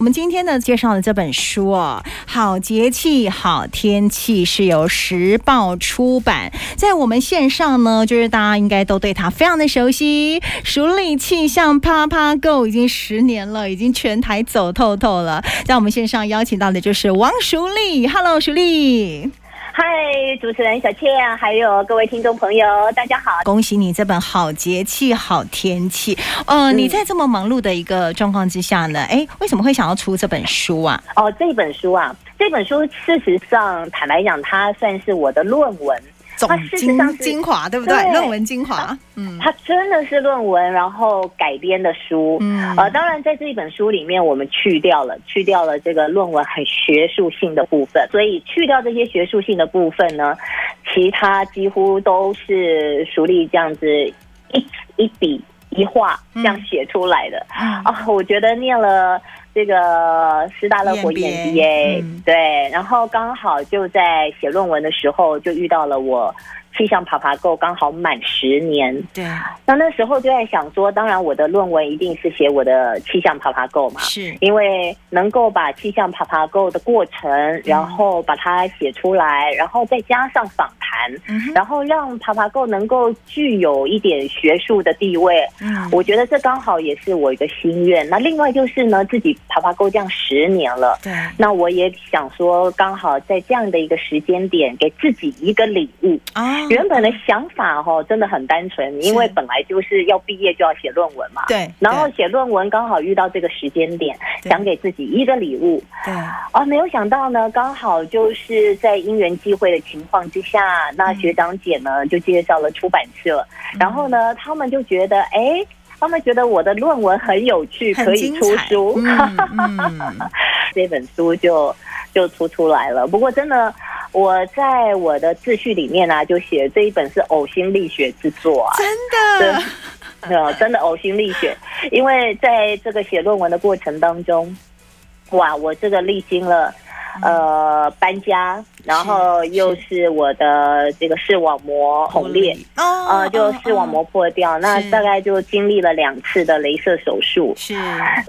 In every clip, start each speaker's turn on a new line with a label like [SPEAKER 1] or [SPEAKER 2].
[SPEAKER 1] 我们今天呢介绍的这本书哦，《好节气好天气》是由时报出版，在我们线上呢，就是大家应该都对它非常的熟悉。熟理气象啪啪 Go 已经十年了，已经全台走透透了。在我们线上邀请到的就是王淑丽，Hello，淑丽。
[SPEAKER 2] 嗨，主持人小倩，还有各位听众朋友，大家好。
[SPEAKER 1] 恭喜你这本《好节气好天气》。呃，你在这么忙碌的一个状况之下呢，哎，为什么会想要出这本书啊？
[SPEAKER 2] 哦，这本书啊，这本书事实上，坦白讲，它算是我的论文。
[SPEAKER 1] 总
[SPEAKER 2] 啊事实
[SPEAKER 1] 精
[SPEAKER 2] 上是
[SPEAKER 1] 精华，对不
[SPEAKER 2] 对
[SPEAKER 1] 论文精华，嗯
[SPEAKER 2] 它真的是论文，然后改编的书。
[SPEAKER 1] 嗯
[SPEAKER 2] 呃，当然，在这一本书里面，我们去掉了去掉了这个论文很学术性的部分，所以去掉这些学术性的部分呢，其他几乎都是熟立这样子一一笔一画这样写出来的。
[SPEAKER 1] 嗯
[SPEAKER 2] 啊、我觉得念了这个师大乐活
[SPEAKER 1] EMBA
[SPEAKER 2] EMBA，、
[SPEAKER 1] 嗯
[SPEAKER 2] 对，然后刚好就在写论文的时候就遇到了我气象爬爬够刚好满十年，
[SPEAKER 1] 对，
[SPEAKER 2] 那那时候就在想说，当然我的论文一定是写我的气象爬爬够嘛。
[SPEAKER 1] 是，
[SPEAKER 2] 因为能够把气象爬爬够的过程，然后把它写出来，然后再加上访谈，
[SPEAKER 1] 嗯哼
[SPEAKER 2] 然后让爬爬够能够具有一点学术的地位，
[SPEAKER 1] 嗯，
[SPEAKER 2] 啊我觉得这刚好也是我一个心愿。那另外就是呢，自己爬爬够这样十年了，
[SPEAKER 1] 对，
[SPEAKER 2] 那我也想说，刚好在这样的一个时间点，给自己一个礼物。
[SPEAKER 1] 啊，
[SPEAKER 2] 原本的想法哦，真的很单纯，因为
[SPEAKER 1] 是
[SPEAKER 2] 本来就是要毕业就要写论文嘛。
[SPEAKER 1] 对，
[SPEAKER 2] 然后
[SPEAKER 1] 对
[SPEAKER 2] 写论文刚好遇到这个时间点，
[SPEAKER 1] 对
[SPEAKER 2] 想给自己一个礼物
[SPEAKER 1] 对，
[SPEAKER 2] 啊，没有想到呢，刚好就是在因缘际会的情况之下，那
[SPEAKER 1] 嗯
[SPEAKER 2] 学长姐呢就介绍了出版社，然后呢，他们就觉得，哎，他们觉得我的论文很有趣，
[SPEAKER 1] 很
[SPEAKER 2] 可以
[SPEAKER 1] 精
[SPEAKER 2] 出
[SPEAKER 1] 彩
[SPEAKER 2] 书，
[SPEAKER 1] 嗯嗯，
[SPEAKER 2] 这本书就就出出来了。不过真的，我在我的自序里面呢、啊，就写这一本是呕心沥血之作啊。
[SPEAKER 1] 真
[SPEAKER 2] 对
[SPEAKER 1] 的，，
[SPEAKER 2] 呃，真的呕心沥血，因为在这个写论文的过程当中，哇，我这个历经了。
[SPEAKER 1] 嗯
[SPEAKER 2] 呃，搬家，然后又是我的这个视网膜
[SPEAKER 1] 红
[SPEAKER 2] 红裂，，
[SPEAKER 1] 哦，
[SPEAKER 2] 呃，就视网膜
[SPEAKER 1] 哦，
[SPEAKER 2] 破掉，那
[SPEAKER 1] 是
[SPEAKER 2] 大概就经历了两次的镭射手术
[SPEAKER 1] 哦， 是，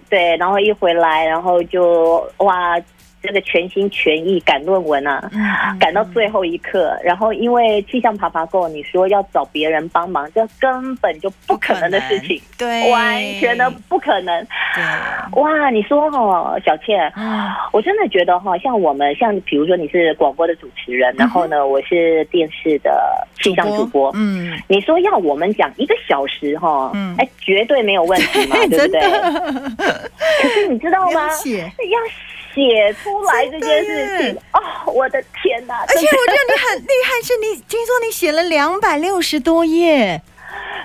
[SPEAKER 2] 对，然后一回来，然后就哇，这个全心全意赶论文啊，
[SPEAKER 1] 嗯嗯
[SPEAKER 2] 赶到最后一刻，然后因为气象爬爬够，你说要找别人帮忙，这根本就不可能的事情，，
[SPEAKER 1] 不可能对，
[SPEAKER 2] 完全
[SPEAKER 1] 哎
[SPEAKER 2] 的不可能。
[SPEAKER 1] 对，
[SPEAKER 2] 哇，你说哦，小倩。
[SPEAKER 1] 嗯，
[SPEAKER 2] 我真的觉得哈，像我们像比如说你是广播的主持
[SPEAKER 1] 嗯
[SPEAKER 2] 人，然后呢，我是电视的气象主播，
[SPEAKER 1] 嗯，
[SPEAKER 2] 你说要我们讲一个小时哈，
[SPEAKER 1] 嗯
[SPEAKER 2] 哎，绝对没有问 题嘛，嗯对
[SPEAKER 1] 真
[SPEAKER 2] 不对？
[SPEAKER 1] 的，
[SPEAKER 2] 可是你知道吗？
[SPEAKER 1] 了解。
[SPEAKER 2] 要写出来这件
[SPEAKER 1] 真
[SPEAKER 2] 事
[SPEAKER 1] 的耶哎
[SPEAKER 2] 情哦，我的天哪！
[SPEAKER 1] 而且
[SPEAKER 2] 真的
[SPEAKER 1] 我觉得你很 厉害，是你听说你写了两百六十多页，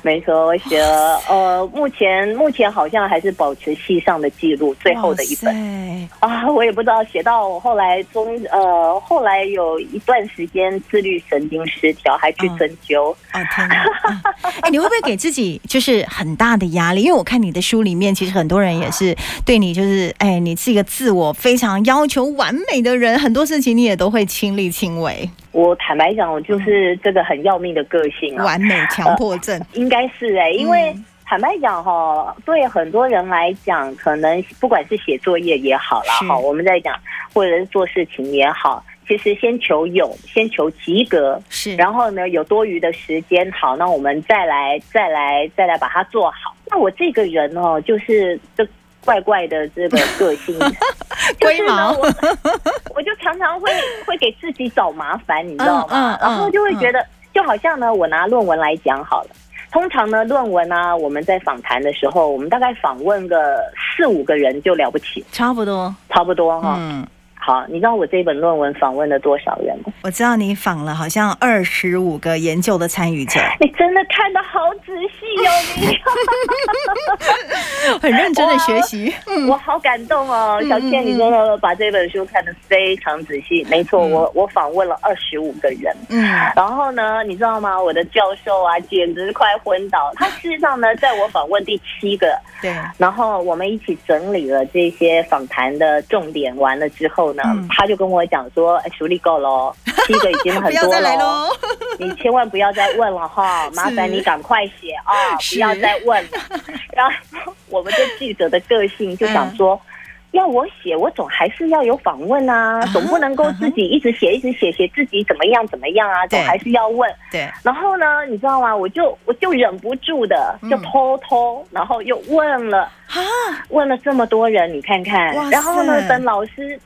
[SPEAKER 2] 没错，我写了呃，目前目前好像还是保持系上的记录，最后的一本
[SPEAKER 1] 本，
[SPEAKER 2] 啊，我也不知道写到我后来中呃，后来有一段时间自律神经失调，还去
[SPEAKER 1] 嗯
[SPEAKER 2] 针灸。
[SPEAKER 1] 哦天哪！嗯哎、你会不会给自己就是很大的压力？因为我看你的书里面，其实很多人也是对你就是，哎，你是一个自我非常要求完美的人，很多事情你也都会亲力亲为，
[SPEAKER 2] 我坦白讲，我就是这个很要命的个性啊，
[SPEAKER 1] 完美强迫症。
[SPEAKER 2] 应该是
[SPEAKER 1] 嗯
[SPEAKER 2] 哎、因为。坦白讲哈、对很多人来讲，可能不管是写作业也好啦，
[SPEAKER 1] 是
[SPEAKER 2] 哈，我们在讲，或者是做事情也好，其实先求有，先求及格，
[SPEAKER 1] 是，
[SPEAKER 2] 然后呢有多余的时间，好，那我们再来，再来，再来把它做好。那我这个人哦，就是这怪怪的这个个 性，就是
[SPEAKER 1] 龟
[SPEAKER 2] 呢
[SPEAKER 1] 毛，
[SPEAKER 2] 我我就常常会会给自己找麻烦，你知道
[SPEAKER 1] 嗯
[SPEAKER 2] 吗
[SPEAKER 1] 嗯？
[SPEAKER 2] 然后就会觉得，就好像呢，我拿论文来讲好了。通常呢，论文啊，我们在访谈的时候，我们大概访问个四五个人就了不起，
[SPEAKER 1] 差不多。
[SPEAKER 2] 差不多哈、
[SPEAKER 1] 嗯，
[SPEAKER 2] 好，你知道我这本论文访问了多少人吗？
[SPEAKER 1] 我知道你访了好像二十五个研究的参与者，
[SPEAKER 2] 你真的看的好仔细哦，你。
[SPEAKER 1] 很认真的学习。
[SPEAKER 2] 我好感动哦，
[SPEAKER 1] 嗯
[SPEAKER 2] 小倩，你真的把这本书看得非常仔细。没错，我我访问了二十五个人，
[SPEAKER 1] 嗯，
[SPEAKER 2] 然后呢，你知道吗？我的教授啊，简直快昏倒。他事实上呢，在我访问第 七个，
[SPEAKER 1] 对，
[SPEAKER 2] 然后我们一起整理了这些访谈的重点，完了之后呢，
[SPEAKER 1] 嗯
[SPEAKER 2] 他就跟我讲说：“哎，熟力够了哦，七个已 经
[SPEAKER 1] 不
[SPEAKER 2] 很
[SPEAKER 1] 要
[SPEAKER 2] 多
[SPEAKER 1] 再来
[SPEAKER 2] 了哦。”
[SPEAKER 1] 喽。
[SPEAKER 2] 你千万不要再问了 哈，麻烦你赶快写啊、
[SPEAKER 1] 是 嗯
[SPEAKER 2] 不要再问了。然后我们这记者的个性就想说，要我写，我总还是要有访问啊
[SPEAKER 1] 啊哈，
[SPEAKER 2] 总不能够自己一直写一直写写自己怎么样怎么样啊，
[SPEAKER 1] 对
[SPEAKER 2] 总还是要问。
[SPEAKER 1] 对，
[SPEAKER 2] 然后呢，你知道吗？我就我就忍不住的
[SPEAKER 1] 嗯
[SPEAKER 2] 就偷偷，然后又问了
[SPEAKER 1] 啊，
[SPEAKER 2] 问了这么多人，你看看
[SPEAKER 1] 哇塞。
[SPEAKER 2] 然后呢，等老师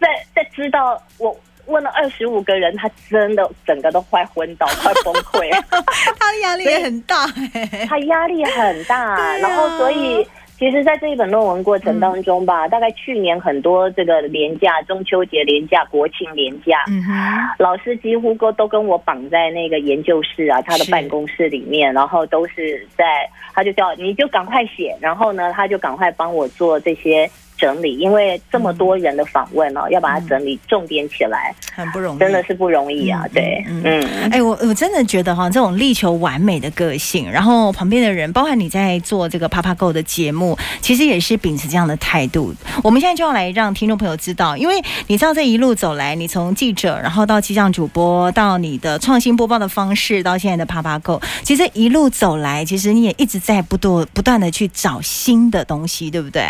[SPEAKER 2] 在在知道我。问了二十五个人，他真的整个都快昏倒、快崩溃了。
[SPEAKER 1] 他的压力也很大、 哎
[SPEAKER 2] 他压力很大，
[SPEAKER 1] 对啊
[SPEAKER 2] 然后所以。其实，在这一本论文过程当中
[SPEAKER 1] 嗯
[SPEAKER 2] 吧，大概去年很多这个廉假、中秋节廉假、国庆廉假，
[SPEAKER 1] 嗯哼，
[SPEAKER 2] 老师几乎都都跟我绑在那个研究室啊，他的
[SPEAKER 1] 是
[SPEAKER 2] 办公室里面，然后都是在，他就叫你就赶快写，然后呢，他就赶快帮我做这些整理，因为这么多人的访问哦，要把它整理重点起来，
[SPEAKER 1] 很不容易，
[SPEAKER 2] 真的是不容易啊
[SPEAKER 1] 嗯，
[SPEAKER 2] 对，
[SPEAKER 1] 嗯
[SPEAKER 2] 嗯。
[SPEAKER 1] 哎，我我真的觉得哈，这种力求完美的个性，然后旁边的人，包含你在做这个 Papa Go 的节目，其实也是秉持这样的态度。我们现在就要来让听众朋友知道，因为你知道这一路走来，你从记者，然后到气象主播，到你的创新播报的方式，到现在的 Papa Go，其实一路走来，其实你也一直在不断不断的去找新的东西，对不对？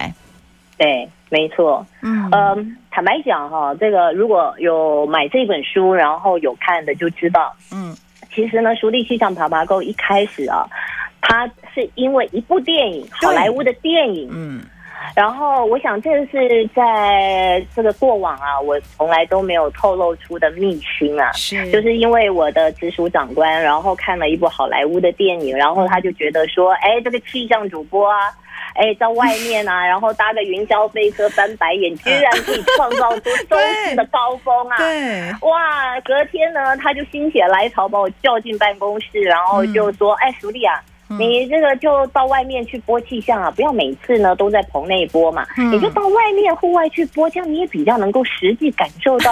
[SPEAKER 2] 对，没错。
[SPEAKER 1] 嗯
[SPEAKER 2] 嗯，坦白讲哈、这个如果有买这本书，然后有看的就知道，
[SPEAKER 1] 嗯，
[SPEAKER 2] 其实呢，《熟地气象爬爬沟》一开始啊，它是因为一部电影，好莱坞的电影。
[SPEAKER 1] 嗯，
[SPEAKER 2] 然后我想，这是在这个过往啊，我从来都没有透露出的秘辛啊。
[SPEAKER 1] 是，
[SPEAKER 2] 就是因为我的直属长官，然后看了一部好莱坞的电影，然后他就觉得说，哎，这个气象主播啊，哎，在外 面啊，然后搭个云霄飞车翻白眼，居然可以创造出周四的高峰啊！
[SPEAKER 1] 对，
[SPEAKER 2] 哇，隔天呢，他就心血来潮把我叫进办公室，然后就说，哎，熟丽啊。
[SPEAKER 1] 嗯
[SPEAKER 2] 你这个就到外面去播气象啊，不要每次呢都在棚内播嘛，
[SPEAKER 1] 嗯
[SPEAKER 2] 你就到外面户外去播，这样你也比较能够实际感受 到，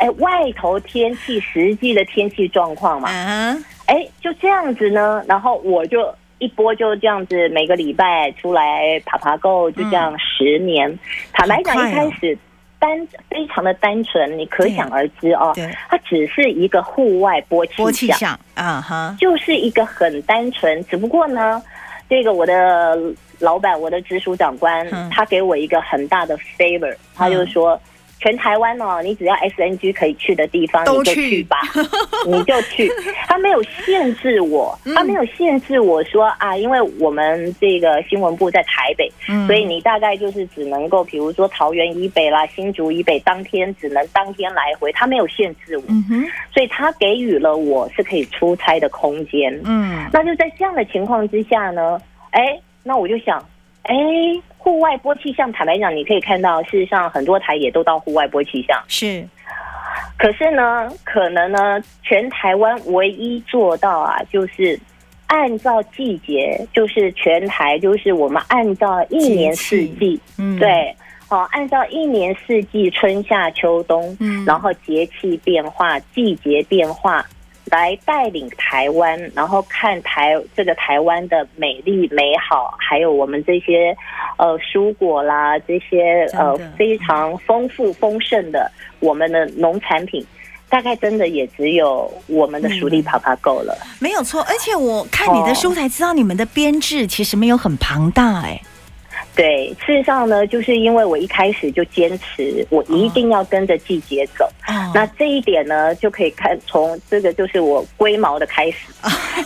[SPEAKER 2] 哎，外头天气实际的天气状况嘛。
[SPEAKER 1] 啊，
[SPEAKER 2] 哎，就这样子呢，然后我就一播就这样子，每个礼拜出来爬爬够，就这样十年。坦白
[SPEAKER 1] 嗯
[SPEAKER 2] 讲，
[SPEAKER 1] 好快哦
[SPEAKER 2] 一开始单非常的单纯，你可想而知哦，
[SPEAKER 1] 对，
[SPEAKER 2] 它只是一个户外播气
[SPEAKER 1] 播气
[SPEAKER 2] 象，
[SPEAKER 1] 象啊哈，
[SPEAKER 2] 就是一个很单纯，只不过呢，这个我的老板，我的直属长官，
[SPEAKER 1] 嗯
[SPEAKER 2] 他给我一个很大的 favor，他就说。全台湾哦，你只要 SNG 可以去的地方，
[SPEAKER 1] 都
[SPEAKER 2] 你就
[SPEAKER 1] 去
[SPEAKER 2] 去吧，你就去。他没有限制我，
[SPEAKER 1] 嗯
[SPEAKER 2] 他没有限制我说啊，因为我们这个新闻部在台北，
[SPEAKER 1] 嗯
[SPEAKER 2] 所以你大概就是只能够，比如说桃园以北啦、新竹以北，当天只能当天来回。他没有限制我，
[SPEAKER 1] 嗯哼，
[SPEAKER 2] 所以他给予了我是可以出差的空间。
[SPEAKER 1] 嗯。
[SPEAKER 2] 那就在这样的情况之下呢，哎，那我就想，哎，户外播气象，坦白讲，你可以看到，事实上很多台也都到户外播气象。
[SPEAKER 1] 是，
[SPEAKER 2] 可是呢，可能呢，全台湾唯一做到啊，就是按照季节，就是全台，就是我们按照一年四
[SPEAKER 1] 节
[SPEAKER 2] 季，
[SPEAKER 1] 嗯，，
[SPEAKER 2] 对，哦，按照一年四季，春夏秋冬，
[SPEAKER 1] 嗯
[SPEAKER 2] 然后节气变化、季节变化，来带领台湾，然后看台这个台湾的美丽、美好，还有我们这些呃蔬果啦，这些呃
[SPEAKER 1] 真的
[SPEAKER 2] 非常丰富丰盛的我们的农产品。大概真的也只有我们的熟力爬爬够了，
[SPEAKER 1] 没有错。而且我看你的
[SPEAKER 2] 哦
[SPEAKER 1] 书才知道，你们的编制其实没有很庞大、哎，
[SPEAKER 2] 对，事实上呢，就是因为我一开始就坚持，我一定要跟着季节走，
[SPEAKER 1] 哦，
[SPEAKER 2] 那这一点呢，就可以看从这个就是我龟毛的 开始，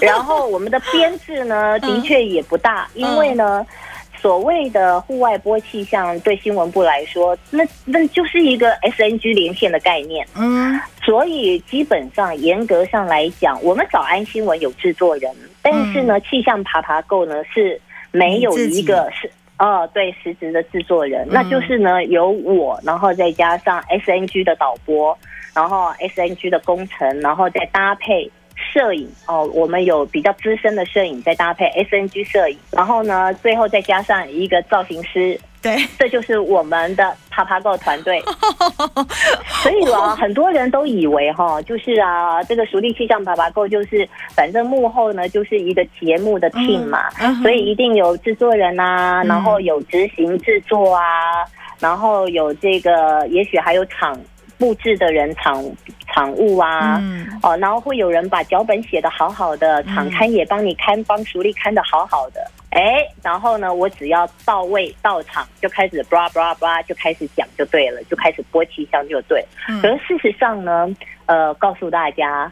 [SPEAKER 2] 然后我们的编制呢，
[SPEAKER 1] 嗯
[SPEAKER 2] 的确也不大，因为呢。所谓的户外播气象，对新闻部来说，那那就是一个 SNG 连线的概念。
[SPEAKER 1] 嗯，
[SPEAKER 2] 所以基本上严格上来讲，我们早安新闻有制作人，但是呢，气象爬爬够呢是没有一个是。哦，对，实职的制作人，那就是呢，有我，然后再加上 SNG 的导播，然后 SNG 的工程，然后再搭配摄影哦，我们有比较资深的摄影，再搭配 SNG 摄影，然后呢，最后再加上一个造型师，
[SPEAKER 1] 对，
[SPEAKER 2] 这就是我们的爬爬狗团 队。所以啊，很多人都以为哈，就是啊，这个熟地气象爬爬狗就是，反正幕后呢就是一个节目的 team 嘛，
[SPEAKER 1] 嗯嗯哼
[SPEAKER 2] 所以一定有制作人啊，
[SPEAKER 1] 嗯
[SPEAKER 2] 然后有执行制作啊，然后有这个，也许还有场布置的人、场场务啊。
[SPEAKER 1] 嗯，
[SPEAKER 2] 哦，然后会有人把脚本写得好好的，场刊也帮你刊，帮熟力刊得好好的。哎，哎，然后呢，我只要到位到场就开始 bra bra bra 就开始讲就对了，就开始播气象就对了。
[SPEAKER 1] 嗯
[SPEAKER 2] 可是事实上呢，呃，告诉大家，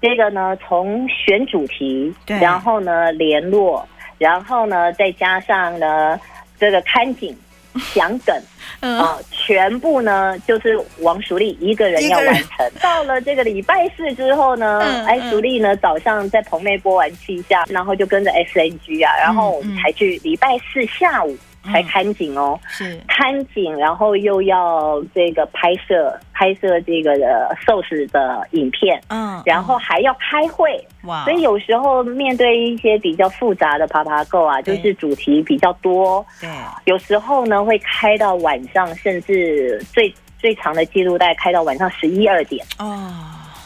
[SPEAKER 2] 这个呢，从选主题，
[SPEAKER 1] 对
[SPEAKER 2] 然后呢联络，然后呢再加上呢这个看景、想梗
[SPEAKER 1] 嗯
[SPEAKER 2] 啊、全部呢就是王淑丽一个人要完成。到了这个礼拜四之后呢，
[SPEAKER 1] 嗯
[SPEAKER 2] 哎，
[SPEAKER 1] 嗯
[SPEAKER 2] 淑丽呢早上在棚内播完气象，然后就跟着 SNG 啊，然后我们才去礼拜四下午
[SPEAKER 1] 嗯
[SPEAKER 2] 才看景哦。
[SPEAKER 1] 是
[SPEAKER 2] 看景，然后又要这个拍摄拍摄这个呃寿司的影片，
[SPEAKER 1] 嗯，啊
[SPEAKER 2] 然后还要开会，
[SPEAKER 1] 哇，
[SPEAKER 2] 所以有时候面对一些比较复杂的爬爬购啊，就
[SPEAKER 1] 对
[SPEAKER 2] 是主题比较多，
[SPEAKER 1] 对，
[SPEAKER 2] 有时候呢会开到晚上，甚至最最长的记录带开到晚上十一二点。
[SPEAKER 1] 哦，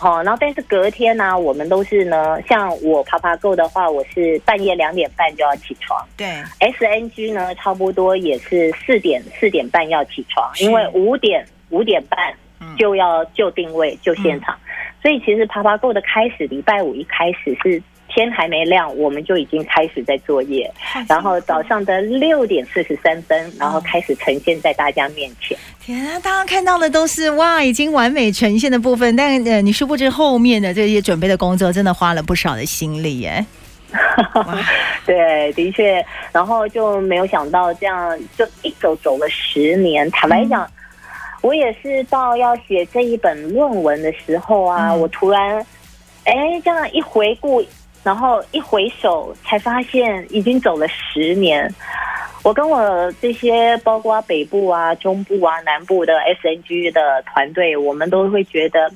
[SPEAKER 2] 哦，然后但是隔天呢、我们都是呢，像我爬爬购的话，我是半夜两点半就要起床。
[SPEAKER 1] 对，
[SPEAKER 2] SNG 呢，差不多也是四点四点半要起床，
[SPEAKER 1] 是
[SPEAKER 2] 因为五点五点半
[SPEAKER 1] 嗯
[SPEAKER 2] 就要就定位就现场，所以其实爬爬购的开始，礼拜五一开始是天还没亮，我们就已经开始在作业，然后早上的六点四十三分，然后开始呈现在大家面前。
[SPEAKER 1] 天啊，大家看到的都是哇，已经完美呈现的部分，但呃，你殊不知后面的这些准备的工作，真的花了不少的心力耶。哇
[SPEAKER 2] 对，的确，然后就没有想到这样就一走走了十年。坦白讲，我也是到要写这一本论文的时候啊，
[SPEAKER 1] 嗯
[SPEAKER 2] 我突然，哎，这样一回顾，然后一回首，才发现已经走了十年。我跟我这些包括北部啊、中部啊、南部的 SNG 的团队，我们都会觉得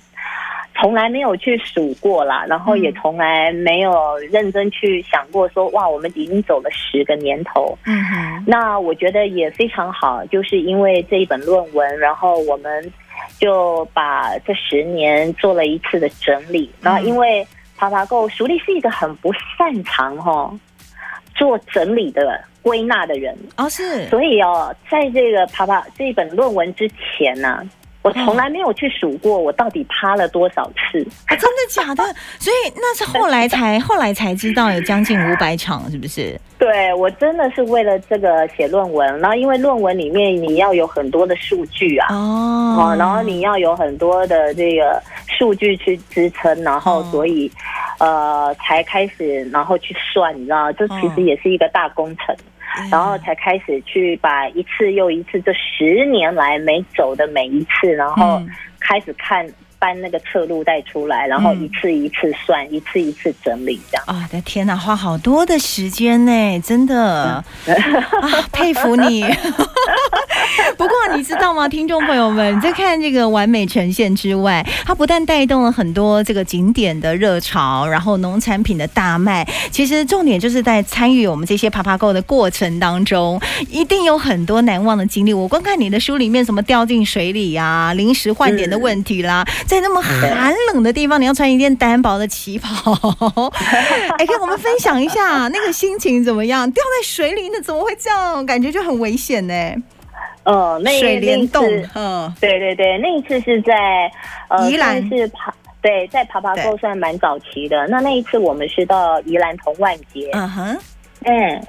[SPEAKER 2] 从来没有去数过啦，然后也
[SPEAKER 1] 嗯
[SPEAKER 2] 从来没有认真去想过说，哇，我们已经走了十个年头。
[SPEAKER 1] 嗯哼，
[SPEAKER 2] 那我觉得也非常好，就是因为这一本论文，然后我们就把这十年做了一次的整理。然后因为爬爬购熟力是一个很不擅长哦做整理的归纳的人，
[SPEAKER 1] 哦是，
[SPEAKER 2] 所以哦，在这个爬爬这一本论文之前呢、我从来没有去数过我到底趴了多少次。
[SPEAKER 1] 啊真的假 的？所以那是后来才后来才知道有将近五百场，是不是？
[SPEAKER 2] 对我真的是为了这个写论文，然后因为论文里面你要有很多的数据啊，
[SPEAKER 1] 哦
[SPEAKER 2] 哦，然后你要有很多的这个数据去支撑，然后
[SPEAKER 1] 哦
[SPEAKER 2] 所以、呃才开始，然后去算，你知道，这其实
[SPEAKER 1] 嗯
[SPEAKER 2] 也是一个大工程，
[SPEAKER 1] 哎
[SPEAKER 2] 然后才开始去把一次又一次这十年来每走的每一次，然后
[SPEAKER 1] 嗯
[SPEAKER 2] 开始看搬那个侧录带出来，然后
[SPEAKER 1] 嗯
[SPEAKER 2] 一次一次算，一次一次整理这样。
[SPEAKER 1] 啊，我的天哪，花好多的时间呢，真 的、啊，佩服你。不过你知道吗，听众朋友们，在看这个完美呈现之外，它不但带动了很多这个景点的热潮，然后农产品的大卖。其实重点就是在参与我们这些爬爬购的过程当中，一定有很多难忘的经历。我光看你的书里面，什么掉进水里啊，临时换点的问题啦，在那么寒冷的地方，你要穿一件单薄的旗袍， 哎，跟我们分享一下那个心情怎么样？掉在水里，那怎么会这样？感觉就很危险呢、
[SPEAKER 2] 嗯，那
[SPEAKER 1] 水
[SPEAKER 2] 那一
[SPEAKER 1] 帘洞
[SPEAKER 2] 次，
[SPEAKER 1] 嗯，
[SPEAKER 2] 对对对，那一次是在呃，
[SPEAKER 1] 宜兰
[SPEAKER 2] 算是爬对，在爬爬
[SPEAKER 1] 对
[SPEAKER 2] 够算蛮早期的。那那一次我们是到宜兰同万节，
[SPEAKER 1] 嗯哼，
[SPEAKER 2] 嗯，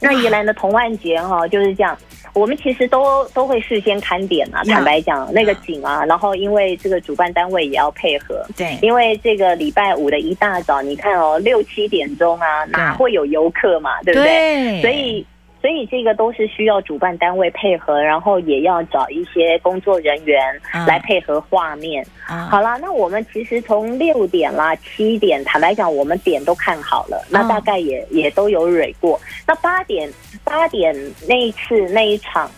[SPEAKER 2] 那宜兰的同万节哈、就是这样。我们其实都都会事先看点啊，
[SPEAKER 1] 呀
[SPEAKER 2] 坦白讲，那个景啊，然后因为这个主办单位也要配合，
[SPEAKER 1] 对，
[SPEAKER 2] 因为这个礼拜五的一大早，你看哦，六七点钟啊，哪
[SPEAKER 1] 对
[SPEAKER 2] 会有游客嘛，对不对？所以，所以这个都是需要主办单位配合，然后也要找一些工作人员
[SPEAKER 1] 嗯
[SPEAKER 2] 来配合画面。
[SPEAKER 1] 啊
[SPEAKER 2] 好啦，那我们其实从六点啦、七点，坦白讲，我们点都看好了，那
[SPEAKER 1] 嗯
[SPEAKER 2] 大概也、也都有蕊过。那八点，八点那一次那一场，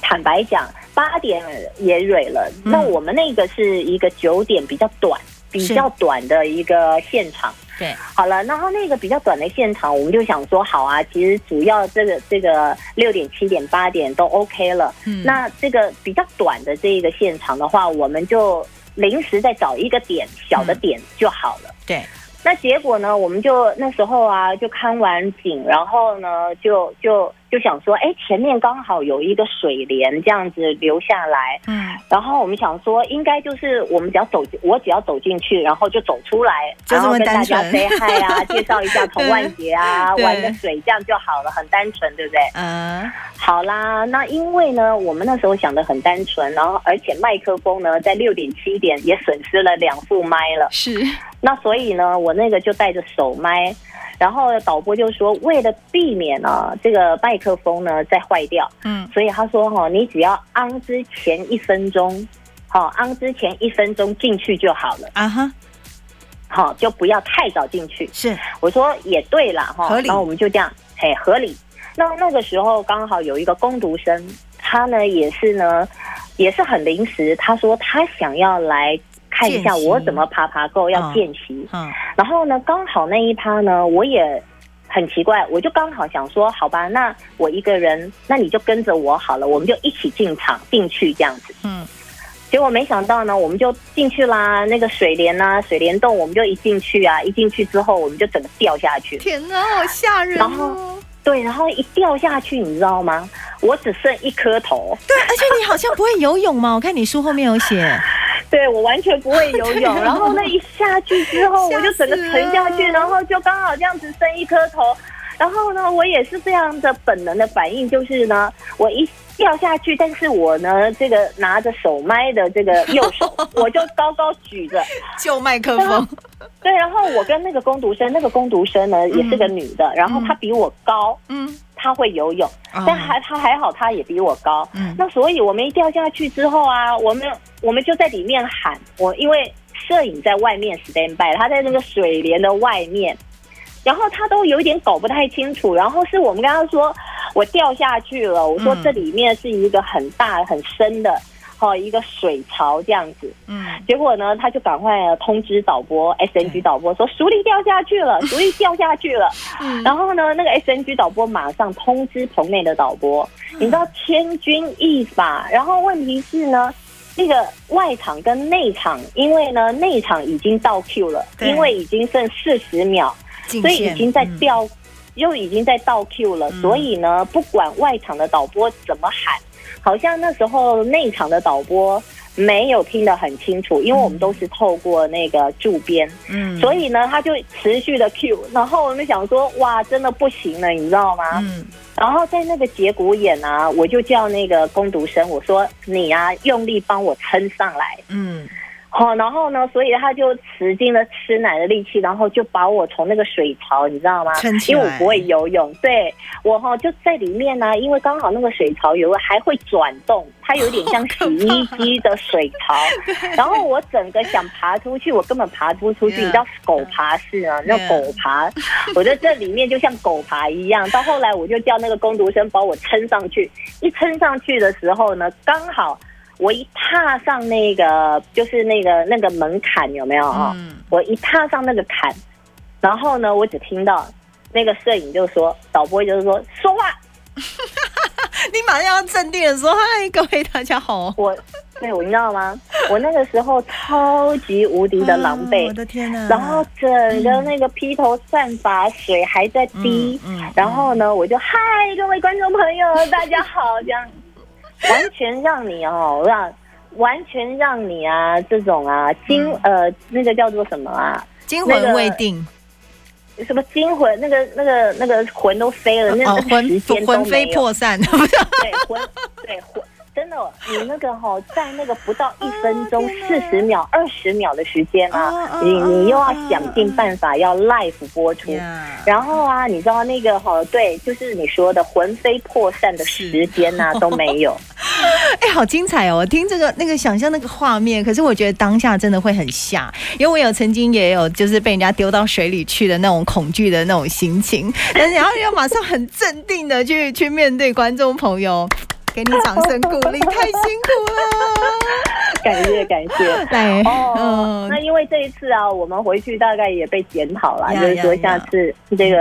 [SPEAKER 2] 坦白讲，八点也蕊了。
[SPEAKER 1] 嗯
[SPEAKER 2] 那我们那个是一个九点比较短。比
[SPEAKER 1] 是
[SPEAKER 2] 较短的一个现场，
[SPEAKER 1] 对，
[SPEAKER 2] 好了，然后那个比较短的现场，我们就想说，好啊，其实主要这个这个六点、七点、八点都 OK 了。
[SPEAKER 1] 嗯
[SPEAKER 2] 那这个比较短的这个现场的话，我们就临时再找一个点小的点就好了。
[SPEAKER 1] 对，
[SPEAKER 2] 那结果呢，我们就那时候啊，就看完景，然后呢，就就就想说，哎，前面刚好有一个水帘这样子流下来，
[SPEAKER 1] 嗯，
[SPEAKER 2] 然后我们想说，应该就是我们只要走，我只要走进去，然后就走出来，
[SPEAKER 1] 就
[SPEAKER 2] 然
[SPEAKER 1] 这
[SPEAKER 2] 后
[SPEAKER 1] 么
[SPEAKER 2] 跟大
[SPEAKER 1] 单纯
[SPEAKER 2] 家 say hi 啊，介绍一下童万杰啊，
[SPEAKER 1] 对
[SPEAKER 2] 玩个水这样就好了，很单纯，对不对？嗯
[SPEAKER 1] 呃，
[SPEAKER 2] 好啦，那因为呢，我们那时候想的很单纯，然后而且麦克风呢，在六点七点也损失了两副麦了，
[SPEAKER 1] 是，
[SPEAKER 2] 那所以呢，我那个就带着手麦，然后导播就说，为了避免呢这个麦克风呢再坏掉，
[SPEAKER 1] 嗯，
[SPEAKER 2] 所以他说哈、你只要昂之前一分钟，好、昂之前一分钟进去就好了，
[SPEAKER 1] 啊哈，
[SPEAKER 2] 好、就不要太早进去。
[SPEAKER 1] 是，
[SPEAKER 2] 我说也对啦，哈、
[SPEAKER 1] 合理
[SPEAKER 2] 然后我们就这样，嘿，合理。那那个时候刚好有一个工读生，他呢也是呢，也是很临时，他说他想要来看一下
[SPEAKER 1] 见习
[SPEAKER 2] 我怎么爬爬够，要见习。
[SPEAKER 1] 嗯，
[SPEAKER 2] 然后呢，刚好那一趴呢，我也很奇怪，我就刚好想说，好吧，那我一个人，那你就跟着我好了，我们就一起进场进去这样子。
[SPEAKER 1] 嗯，
[SPEAKER 2] 结果没想到呢，我们就进去啦，那个水帘啊，水帘洞，我们就一进去啊，一进去之后，我们就整个掉下去。
[SPEAKER 1] 天哪，好吓人
[SPEAKER 2] 然
[SPEAKER 1] 哦
[SPEAKER 2] 后！对，然后一掉下去，你知道吗？我只剩一颗头，
[SPEAKER 1] 对，而且你好像不会游泳嘛？我看你书后面有 写，
[SPEAKER 2] 对我完全不会游
[SPEAKER 1] 对啊
[SPEAKER 2] 泳。然后那一下去之后，
[SPEAKER 1] 吓死
[SPEAKER 2] 我就整个沉下去，
[SPEAKER 1] 了
[SPEAKER 2] 然后就刚好这样子剩一颗头。然后呢，我也是这样的本能的反应，就是呢，我一掉下去，但是我呢，这个拿着手麦的这个右 手，我就高高举着，
[SPEAKER 1] 旧麦克
[SPEAKER 2] 风，对，然后我跟那个工读生，那个工读生呢也是个女的，然后她比我高，
[SPEAKER 1] 嗯，哦
[SPEAKER 2] 她会游泳，但还她还好，她也比我高。
[SPEAKER 1] 嗯
[SPEAKER 2] 那所以我们一掉下去之后啊，我们我们就在里面喊我，因为摄影在外面 stand by，她在那个水帘的外面，然后她都有一点搞不太清楚，然后是我们跟她说我掉下去了，我说
[SPEAKER 1] 嗯
[SPEAKER 2] 这里面是一个很大很深的。哦，一个水槽这样子，
[SPEAKER 1] 嗯，
[SPEAKER 2] 结果呢，他就赶快通知导播 SNG 导播说熟力掉下去了，熟力掉下去了。
[SPEAKER 1] 嗯，
[SPEAKER 2] 然后呢，那个 SNG 导播马上通知棚内的导播，
[SPEAKER 1] 嗯
[SPEAKER 2] 你知道千钧一发。然后问题是呢，那个外场跟内场，因为呢内场已经到 Q 了，
[SPEAKER 1] 对
[SPEAKER 2] 因为已经剩四十秒，
[SPEAKER 1] 进
[SPEAKER 2] 所以
[SPEAKER 1] 线
[SPEAKER 2] 已经在，掉，又已经在倒 Q 了。
[SPEAKER 1] 嗯
[SPEAKER 2] 所以呢，不管外场的导播怎么喊，好像那时候内场的导播没有听得很清楚，因为我们都是透过那个驻编，
[SPEAKER 1] 嗯，
[SPEAKER 2] 所以呢，他就持续的 Q。然后我们想说，哇，真的不行了，你知道吗？
[SPEAKER 1] 嗯，
[SPEAKER 2] 然后在那个节骨眼啊，我就叫那个攻读生，我说你啊，用力帮我撑上来。
[SPEAKER 1] 嗯，
[SPEAKER 2] 好、然后呢，所以他就使尽了吃奶的力气，然后就把我从那个水槽，你知道吗
[SPEAKER 1] 撑？起
[SPEAKER 2] 因
[SPEAKER 1] 来
[SPEAKER 2] 为我不会游泳，对我哈、就在里面呢、因为刚好那个水槽有个还会转动，它有点像洗衣机的水 槽。然后我整个想爬出去，我根本爬不出去，
[SPEAKER 1] Yeah 嗯
[SPEAKER 2] 你知道狗爬式啊，那
[SPEAKER 1] Yeah
[SPEAKER 2] 狗爬，我在这里面就像狗爬一样。到后来我就叫那个工读生把我撑上去，一撑上去的时候呢，刚好我一踏上那个就是那个那个门槛有没有啊、
[SPEAKER 1] 嗯，
[SPEAKER 2] 我一踏上那个坎，然后呢，我只听到那个摄影就说，导播就是说啊说话，
[SPEAKER 1] 你马上要镇定的说：“嗨，各位大家好。
[SPEAKER 2] 我对我你知道 吗？我那个时候超级无敌的狼
[SPEAKER 1] 啊
[SPEAKER 2] 狈
[SPEAKER 1] 我，的天哪！
[SPEAKER 2] 然后整个那个披头散发，水还在滴。
[SPEAKER 1] 嗯，嗯
[SPEAKER 2] 然后呢，我就嗨，各位观众朋友， 大家好，这样完全让你哦，让完全让你啊，这种啊惊
[SPEAKER 1] 嗯
[SPEAKER 2] 呃那个叫做什么啊，
[SPEAKER 1] 惊魂
[SPEAKER 2] 那个
[SPEAKER 1] 未定，
[SPEAKER 2] 什么惊魂，那个那个那个魂都飞了，那
[SPEAKER 1] 哦
[SPEAKER 2] 那，
[SPEAKER 1] 魂
[SPEAKER 2] 时间都
[SPEAKER 1] 魂
[SPEAKER 2] 没
[SPEAKER 1] 飞
[SPEAKER 2] 有，
[SPEAKER 1] 魄散， 不是？
[SPEAKER 2] 对魂对魂。真的，哦你那个哈、在那个不到一分钟
[SPEAKER 1] 哦天
[SPEAKER 2] 四
[SPEAKER 1] 哪
[SPEAKER 2] 十秒、二十秒的时间啊
[SPEAKER 1] 哦哦，
[SPEAKER 2] 你你又要
[SPEAKER 1] 哦
[SPEAKER 2] 想尽办法要 live 播出，
[SPEAKER 1] 呀
[SPEAKER 2] 然后啊，你知道那个哈、对，就是你说的魂飞魄散的时间呐、都没 有。
[SPEAKER 1] 哎、好精彩哦！听这个那个想象那个画面，可是我觉得当下真的会很吓，因为我有曾经也有就是被人家丢到水里去的那种恐惧的那种心情，但是然后要马上很镇定的去 去面对观众朋友，给你掌声鼓励，太辛苦
[SPEAKER 2] 感谢感谢
[SPEAKER 1] 了。。来，
[SPEAKER 2] 哦，那
[SPEAKER 1] 嗯，
[SPEAKER 2] 因为这一次啊，我们回去大概也被检讨了，
[SPEAKER 1] 呀
[SPEAKER 2] 就是说
[SPEAKER 1] 呀嗯
[SPEAKER 2] 下次这个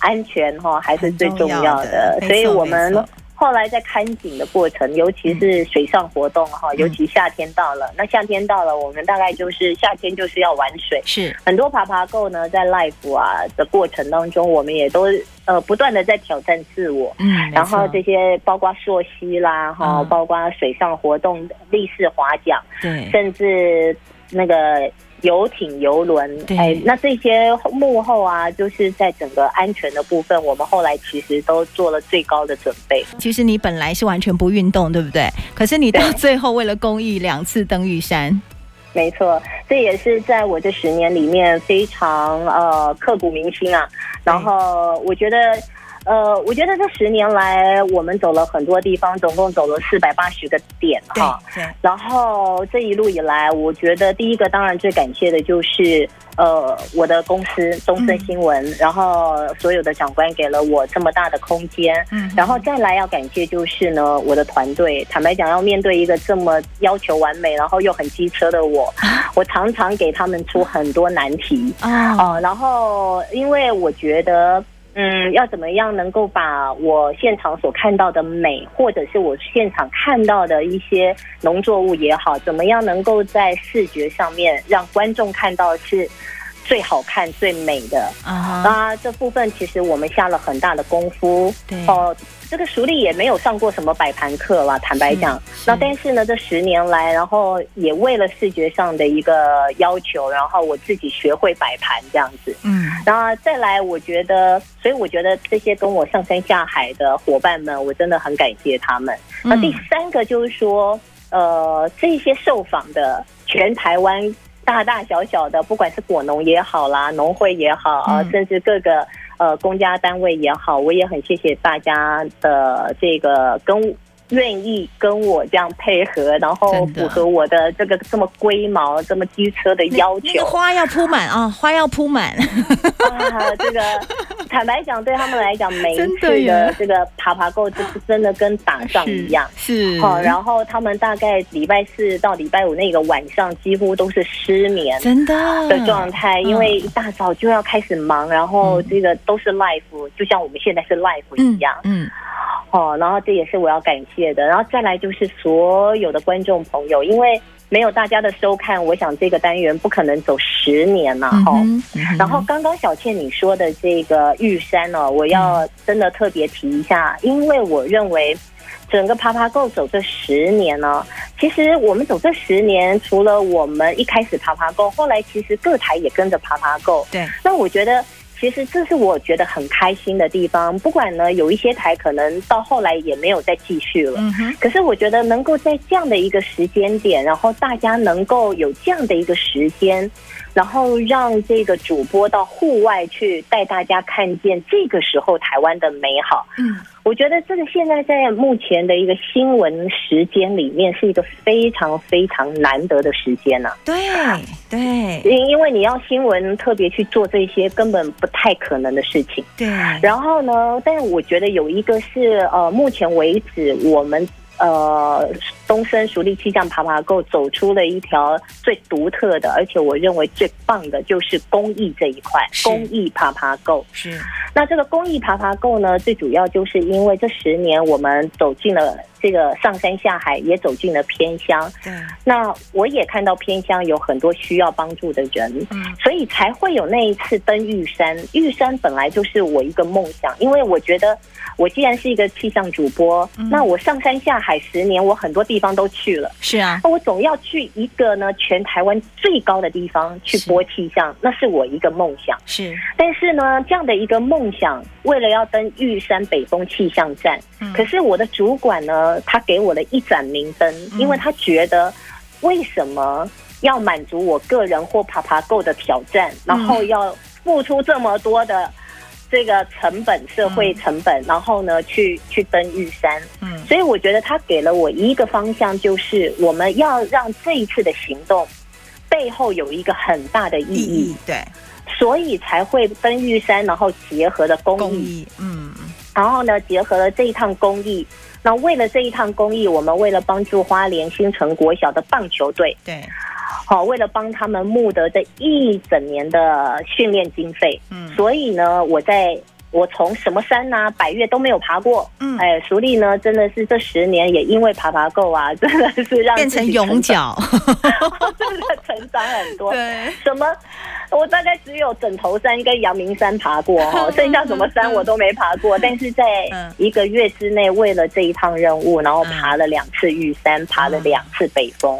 [SPEAKER 2] 安全哈、还是最重要
[SPEAKER 1] 很重要的
[SPEAKER 2] 所以我们
[SPEAKER 1] 没错没错
[SPEAKER 2] 后来在看景的过程，尤其是水上活动
[SPEAKER 1] 嗯
[SPEAKER 2] 哈，尤其夏天到了，那夏天到了，我们大概就是夏天就是要玩水。
[SPEAKER 1] 是
[SPEAKER 2] 很多爬爬够呢，在 life 啊的过程当中，我们也都呃不断的在挑战自我，
[SPEAKER 1] 嗯，没
[SPEAKER 2] 然后
[SPEAKER 1] 错
[SPEAKER 2] 这些包括溯溪啦，哈、
[SPEAKER 1] 嗯
[SPEAKER 2] 包括水上活动、立式划桨，
[SPEAKER 1] 对
[SPEAKER 2] 甚至那个游艇、游轮，
[SPEAKER 1] 对
[SPEAKER 2] 哎，那这些幕后啊，就是在整个安全的部分，我们后来其实都做了最高的准备。
[SPEAKER 1] 其实你本来是完全不运动，对不对？可是你到
[SPEAKER 2] 对
[SPEAKER 1] 最后为了公益两次登玉山，
[SPEAKER 2] 没错，这也是在我这十年里面非常呃刻骨铭心啊。然后我觉得，呃，我觉得这十年来我们走了很多地方，总共走了四百八十个点哈。
[SPEAKER 1] 对，
[SPEAKER 2] 然后这一路以来，我觉得第一个当然最感谢的就是呃我的公司东森新闻，然后所有的长官给了我这么大的空间，
[SPEAKER 1] 嗯
[SPEAKER 2] 然后再来要感谢就是呢，我的团队，坦白讲，要面对一个这么要求完美，然后又很机车的我，我常常给他们出很多难题
[SPEAKER 1] 哦，
[SPEAKER 2] 哦、然后，因为我觉得，嗯，要怎么样能够把我现场所看到的美，或者是我现场看到的一些农作物也好，怎么样能够在视觉上面让观众看到是最好看、最美的。
[SPEAKER 1] 啊哈，
[SPEAKER 2] 啊，这部分其实我们下了很大的功夫。
[SPEAKER 1] 对
[SPEAKER 2] 哦，这个熟丽也没有上过什么摆盘课啦，坦白讲。
[SPEAKER 1] 是
[SPEAKER 2] 那但是呢，这十年来，然后也为了视觉上的一个要求，然后我自己学会摆盘这样子。
[SPEAKER 1] 嗯，
[SPEAKER 2] 然后再来，我觉得，所以我觉得这些跟我上山下海的伙伴们，我真的很感谢他们。
[SPEAKER 1] 嗯
[SPEAKER 2] 那第三个就是说，呃，这些受访的全台湾大大小小的，不管是果农也好啦，农会也好啊，
[SPEAKER 1] 嗯
[SPEAKER 2] 甚至各个呃公家单位也好，我也很谢谢大家的这个跟。愿意跟我这样配合，然后
[SPEAKER 1] 真的
[SPEAKER 2] 符合我的这个这么龟毛、这么机车的
[SPEAKER 1] 那
[SPEAKER 2] 要
[SPEAKER 1] 那个
[SPEAKER 2] 求
[SPEAKER 1] 花要铺满啊，花要铺满，
[SPEAKER 2] 啊！这个坦白讲，对他们来讲，每一
[SPEAKER 1] 真的
[SPEAKER 2] 次
[SPEAKER 1] 耶
[SPEAKER 2] 的这个爬爬够，就是真的跟打仗一样。
[SPEAKER 1] 是，
[SPEAKER 2] 好、然后他们大概礼拜四到礼拜五那个晚上几乎都是失眠
[SPEAKER 1] 真的
[SPEAKER 2] 的状态，
[SPEAKER 1] 嗯
[SPEAKER 2] 因为一大早就要开始忙，然后这个都是 life，就像我们现在是 life 一样。
[SPEAKER 1] 嗯，
[SPEAKER 2] 哦，然后这也是我要感谢的。然后再来就是所有的观众朋友，因为没有大家的收看，我想这个单元不可能走十年呐、
[SPEAKER 1] 嗯
[SPEAKER 2] 哈、
[SPEAKER 1] 哼，嗯哼嗯
[SPEAKER 2] 然后刚刚小倩你说的这个玉山呢、哦，我要真的特别提一下，因为我认为整个爬爬够走这十年呢、其实我们走这十年，除了我们一开始爬爬够，后来其实各台也跟着爬爬够。
[SPEAKER 1] 对，
[SPEAKER 2] 那我觉得。其实这是我觉得很开心的地方，不管呢有一些台可能到后来也没有再继续了，
[SPEAKER 1] 嗯哼，
[SPEAKER 2] 可是我觉得能够在这样的一个时间点，然后大家能够有这样的一个时间，然后让这个主播到户外去带大家看见这个时候台湾的美好，
[SPEAKER 1] 嗯，
[SPEAKER 2] 我觉得这个现在在目前的一个新闻时间里面是一个非常非常难得的时间呢、
[SPEAKER 1] 对对
[SPEAKER 2] 因因为你要新闻特别去做这些根本不太可能的事情。
[SPEAKER 1] 对，
[SPEAKER 2] 然后呢，但我觉得有一个是呃，目前为止我们呃东森熟力气象爬爬够走出了一条最独特的，而且我认为最棒的就是公益这一块，
[SPEAKER 1] 是
[SPEAKER 2] 公益爬爬够。
[SPEAKER 1] 是
[SPEAKER 2] 那这个公益爬爬够呢，最主要就是因为这十年我们走进了这个上山下海，也走进了偏乡。
[SPEAKER 1] 对，
[SPEAKER 2] 那我也看到偏乡有很多需要帮助的人，
[SPEAKER 1] 嗯
[SPEAKER 2] 所以才会有那一次登玉山。玉山本来就是我一个梦想，因为我觉得我既然是一个气象主播，
[SPEAKER 1] 嗯
[SPEAKER 2] 那我上山下海十年，我很多地方都去了，
[SPEAKER 1] 是啊，
[SPEAKER 2] 那我总要去一个呢全台湾最高的地方去播气象，那是我一个梦想。
[SPEAKER 1] 是，
[SPEAKER 2] 但是呢，这样的一个梦想，为了要登玉山北峰气象站，
[SPEAKER 1] 嗯
[SPEAKER 2] 可是我的主管呢，他给我了一盏明灯，
[SPEAKER 1] 嗯
[SPEAKER 2] 因为他觉得为什么要满足我个人或爬爬够的挑战，然后要付出这么多的这个成本、社会成本，然后呢去去登玉山。
[SPEAKER 1] 嗯
[SPEAKER 2] 所以我觉得他给了我一个方向，就是我们要让这一次的行动背后有一个很大的意
[SPEAKER 1] 意
[SPEAKER 2] 义。
[SPEAKER 1] 义对
[SPEAKER 2] 所以才会登玉山，然后结合了公益，
[SPEAKER 1] 公益，嗯
[SPEAKER 2] 然后呢，结合了这一趟公益。那为了这一趟公益，我们为了帮助花莲新城国小的棒球队，
[SPEAKER 1] 对，
[SPEAKER 2] 好、为了帮他们募得这一整年的训练经费，
[SPEAKER 1] 嗯
[SPEAKER 2] 所以呢，我在我从什么山呐、百越都没有爬过。
[SPEAKER 1] 嗯
[SPEAKER 2] 哎，熟历呢，真的是这十年也因为爬爬够啊，真的是让
[SPEAKER 1] 变
[SPEAKER 2] 自
[SPEAKER 1] 成
[SPEAKER 2] 己
[SPEAKER 1] 勇
[SPEAKER 2] 成长，
[SPEAKER 1] 角，
[SPEAKER 2] 真的成长很 多。
[SPEAKER 1] 对，
[SPEAKER 2] 什么？我大概只有枕头山跟阳明山爬过哦，
[SPEAKER 1] 嗯
[SPEAKER 2] 剩下什么山我都没爬过。但是在
[SPEAKER 1] 嗯
[SPEAKER 2] 一个月之内，为了这一趟任务，然后爬了两次玉山，爬了两次北峰。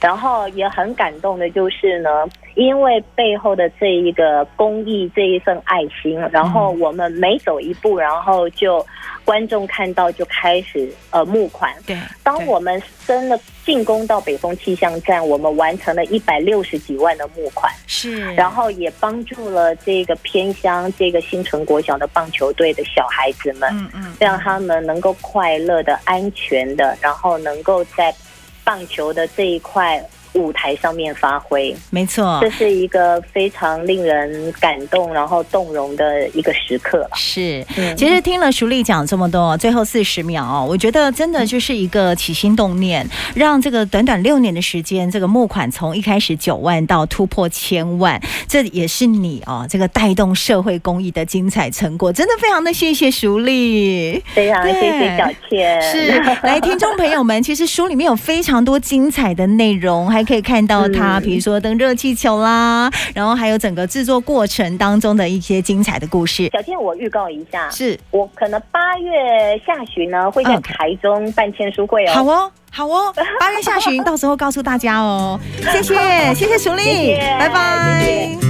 [SPEAKER 2] 然后也很感动的就是呢，因为背后的这一个公益这一份爱心，然后我们每走一步，然后就观众看到就开始呃募款，
[SPEAKER 1] 对，
[SPEAKER 2] 当我们真的进攻到北风气象站，我们完成了一百六十几万的募款，
[SPEAKER 1] 是，
[SPEAKER 2] 然后也帮助了这个偏乡这个新城国小的棒球队的小孩子们，
[SPEAKER 1] 嗯嗯，
[SPEAKER 2] 让他们能够快乐的、安全的，然后能够在棒球的这一块舞台上面发挥，
[SPEAKER 1] 嗯没错
[SPEAKER 2] 这，是一个非常令人感动然后动容的一个时刻了。
[SPEAKER 1] 是。
[SPEAKER 2] 嗯
[SPEAKER 1] 其实听了淑丽讲这么多，最后四十秒哦，我觉得真的就是一个起心动念，让这个短短六年的时间，这个募款从一开始九万到突破千万，这也是你哦，这个带动社会公益的精彩成果，真的非常的谢谢淑丽。
[SPEAKER 2] 非常
[SPEAKER 1] 对
[SPEAKER 2] 谢谢小倩，
[SPEAKER 1] 是，来，听众朋友们，其实书里面有非常多精彩的内容，还可以看到它，
[SPEAKER 2] 嗯
[SPEAKER 1] 比如说登热气球啦，然后还有整个制作过程当中的一些精彩的故事。
[SPEAKER 2] 小倩，我预告一下，
[SPEAKER 1] 是，
[SPEAKER 2] 我可能八月下旬呢会在
[SPEAKER 1] OK
[SPEAKER 2] 台中办签书会哦。
[SPEAKER 1] 好哦，好哦， 八月下旬，到时候告诉大家哦。谢谢，谢谢淑丽
[SPEAKER 2] 谢谢，
[SPEAKER 1] 拜拜。
[SPEAKER 2] 谢谢